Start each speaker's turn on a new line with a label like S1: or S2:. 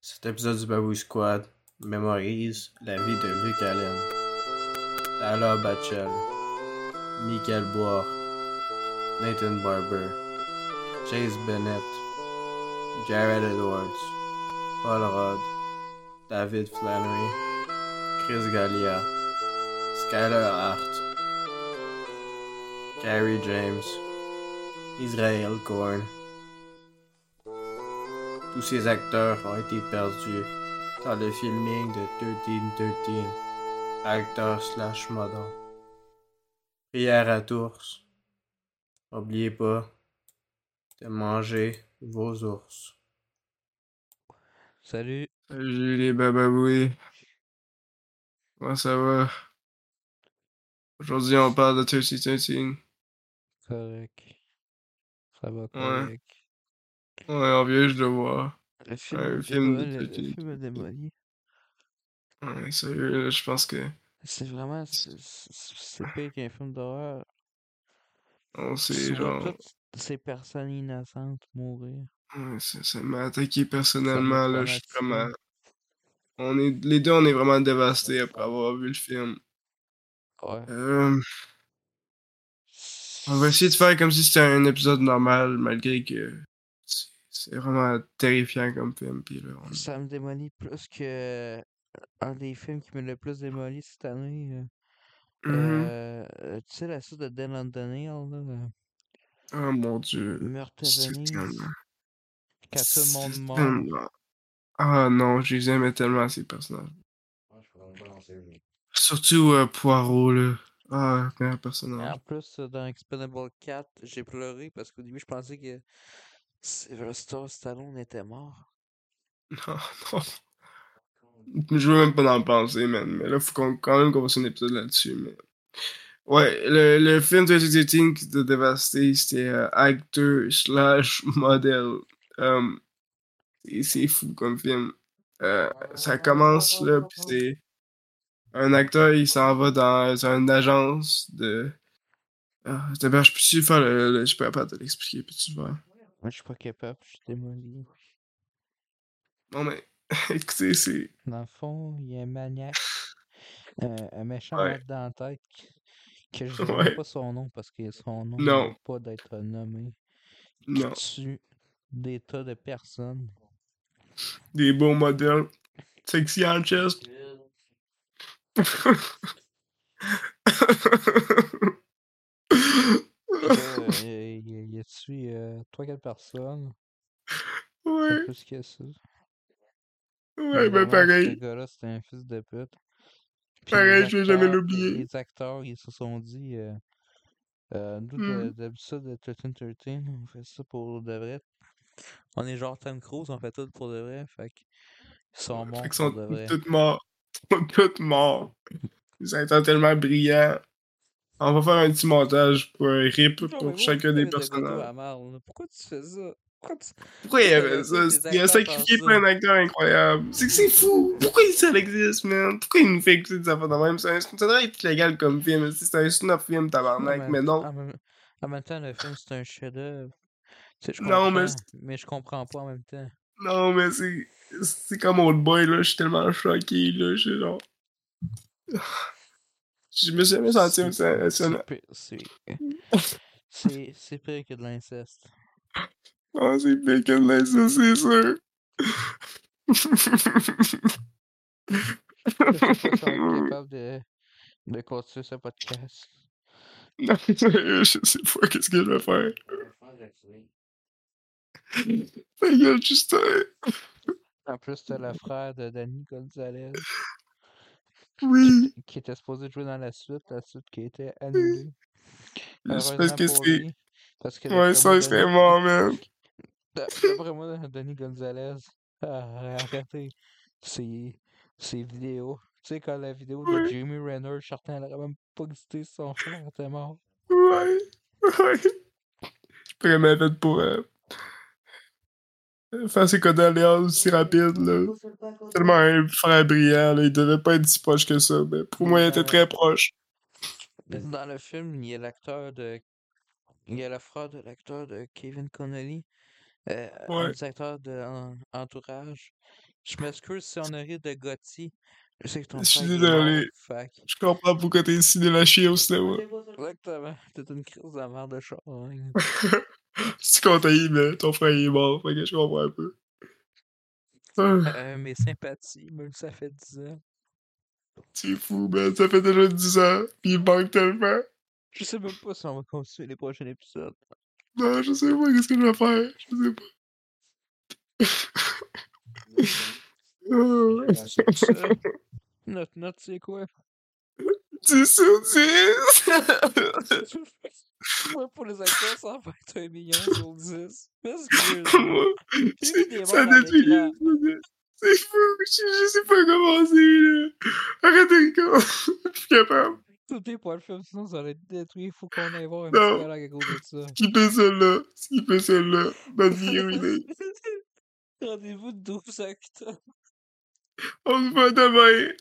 S1: Cet épisode du Babou Squad mémorise la vie de Luc Allen, Tyler Batchel, Michael Boire, Nathan Barber, Chase Bennett, Jared Edwards, Paul Rudd, David Flannery, Chris Gallia, Skyler Hart, Carrie James, Israel Korn. Tous ces acteurs ont été perdus dans le filming de 1313, acteur slash model. Prière à tous. N'oubliez pas de manger vos ours.
S2: Salut,
S3: Salut les bababouis. Comment ça va? Aujourd'hui, on parle de Thirsty Thirteen.
S2: correct. Ça va correct.
S3: Ouais, on vient juste de voir.
S2: Le film,
S3: le
S2: le
S3: film de
S2: le,
S3: Titi-
S2: film de démoniaque,
S3: Ouais, sérieux, là, je pense que
S2: C'est vraiment. c'est- C'est c'est pire qu'un film d'horreur.
S3: on
S2: Tu
S3: s'est
S2: vois
S3: genre.
S2: toutes ces personnes innocentes mourir.
S3: ouais, ça ça m'a attaqué personnellement, là. Je suis
S2: traumatisé.
S3: vraiment. On est... Les deux, on est vraiment dévastés après avoir vu le film.
S2: Ouais.
S3: Euh, on va essayer de faire comme si c'était un épisode normal, malgré que c'est- c'est vraiment terrifiant comme film. Puis là, on-
S2: Ça me démolit plus que. Un des films qui me l'a le plus démoli cette année. là.
S3: Mhm.
S2: Euh, euh, tu sais, la suite de Dylan O'Donnell, là, euh,
S3: Oh mon dieu.
S2: Meurtre à
S3: C'est
S2: Venise,
S3: tellement-
S2: quand tout le monde
S3: C'est
S2: meurt.
S3: tellement- Ah non, je les aimais tellement ces personnages. Surtout euh, Poirot, là. Ah, un
S2: Et
S3: personnage.
S2: En plus, euh, dans Expendable 4, j'ai pleuré parce qu'au début, je pensais que Sylvester Stallone était mort.
S3: Non, Ah, non. Je veux même pas en penser, man. Mais là, faut qu'on- quand même qu'on fasse un épisode là-dessus. Mais... Ouais, le, le film de Dating qui t'a dévasté, c'était euh, acteur slash modèle. Um, et c'est fou comme film. Euh, ça commence là, puis c'est un acteur, il s'en va dans une agence de. Ah, d'abord, je peux-tu faire le, le- Je suis pas capable de l'expliquer, peux-tu le faire?
S2: Moi, je suis pas capable, je suis démoli.
S3: Non, mais écoutez, c'est.
S2: Dans le fond, il y a un maniaque, euh, un méchant
S3: Ouais.
S2: mal dans la tête, que- que je ne
S3: Ouais.
S2: pas son nom parce que son nom
S3: Non.
S2: mérite pas d'être nommé, qui
S3: Non.
S2: tue des tas de personnes.
S3: Des beaux modèles. Sexy en chest.
S2: Et là, euh, il, il a tué 3-4 personnes, pas
S3: ouais,
S2: plus que ça.
S3: ouais, ben
S2: Évidemment, Ce
S3: pareil.
S2: gars-là, c'était un fils de pute. Puis
S3: Pareil,
S2: les
S3: je vais jamais
S2: acteurs-
S3: l'oublier.
S2: Les acteurs, ils se sont dit, euh, euh, nous,
S3: Hmm.
S2: de- d'habitude, de 13-13, on fait ça pour de vrai. On est genre Tom Cruise, on fait tout pour de vrai. Fait que ils sont morts
S3: Fait qu'ils
S2: pour
S3: sont
S2: de vrai.
S3: toutes morts. Ils sont toutes morts. Ils étaient tellement brillants. On va faire un petit montage pour un rip
S2: Non, mais
S3: pour
S2: gros,
S3: chacun des
S2: pourquoi les Agogo
S3: personnages.
S2: à marre, là? Pourquoi tu fais ça? Pourquoi tu...
S3: Pourquoi il y
S2: t'avais
S3: avait
S2: dit que
S3: ça?
S2: tes
S3: Il a
S2: acteurs
S3: sacrifié
S2: pensent
S3: plein
S2: ça?
S3: d'acteurs incroyables. C'est que c'est fou! Pourquoi ça existe, man? Pourquoi il nous fait écouter des affaires de même? C'est un- Ça devrait être légal comme film. C'est un snuff film, tabarnak, mais non.
S2: En même, en même temps, le film, c'est un chef-d'œuvre. Tu sais, je
S3: Non, mais
S2: comprends, mais je comprends pas en même temps.
S3: Non, mais c'est. C'est comme Old Boy, là. Je suis tellement choqué, là. Je suis genre. Je me suis jamais senti aussi émotionnel.
S2: C'est pire- c'est- C'est c'est pire que de l'inceste.
S3: Ah, c'est bacon, là, ça, c'est sûr.
S2: Je sais pas si on est capable de, de continuer ce podcast.
S3: non, sérieux, je sais pas qu'est-ce que je vais faire. Ta gueule, Justin.
S2: En plus, t'as le frère de Danny Gonzalez
S3: Oui.
S2: qui était supposé jouer dans la suite, la suite qui a été annulée.
S3: C'est parce
S2: Heureusement
S3: que
S2: pour
S3: c'est.
S2: lui, Parce que
S3: Ouais,
S2: d'après moi,
S3: ça, c'est
S2: Danny-
S3: mort, man.
S2: d'a- D'après moi, Danny Gonzalez ah, a arrêté ses, ses vidéos. Tu sais, quand la vidéo de
S3: Ouais.
S2: Jimmy Renner chantant, elle aurait même pas existé si son frère était mort.
S3: Ouais. Ouais. Je pourrais m'en faire pour. euh, Faire ses condoléances aussi rapides, là. tellement un frère brillant, là, il devait pas être si proche que ça, mais pour moi, il était très proche.
S2: Dans le film, il y a l'acteur de. Il y a la frère de l'acteur de Kevin Connolly euh,
S3: Ouais.
S2: un secteur de en- entourage. Je m'excuse si on arrive de Gotti. Je sais que ton
S3: Je suis
S2: frère est
S3: désolé.
S2: mort, Fuck.
S3: Je comprends pourquoi t'es ici de la chier au cinéma.
S2: Exactement. T'es une crise de merde de charogne.
S3: Si qu'on t'a eu, mais ton frère il est mort, fait que je comprends un peu. Ah,
S2: Euh, mes sympathies, même si ça fait 10 ans.
S3: C'est fou, man. Ça fait déjà 10 ans, pis il manque tellement.
S2: Je sais même pas si on va continuer les prochains épisodes.
S3: Non, je sais pas, qu'est-ce que je vais faire? Je sais pas. Ah,
S2: Sur ça, Notre Euh, note, c'est quoi?
S3: 10 sur 10!
S2: Moi, pour les acteurs, ça va être un million sur 10. Excuse. J'ai vu des
S3: C'est- Ça
S2: morts à
S3: détruit.
S2: l'écran.
S3: C'est fou, je, je sais pas comment c'est, là. Arrêtez, comment? Je suis capable.
S2: Tout est pour le film, sinon ça aurait été détruit. Il faut qu'on aille voir un
S3: Non.
S2: petit dialogue à cause de ça.
S3: Skippez celle-là. Skippez celle-là. Notre vie est ruinée.
S2: Rendez-vous de 12 acteurs.
S3: On se voit demain.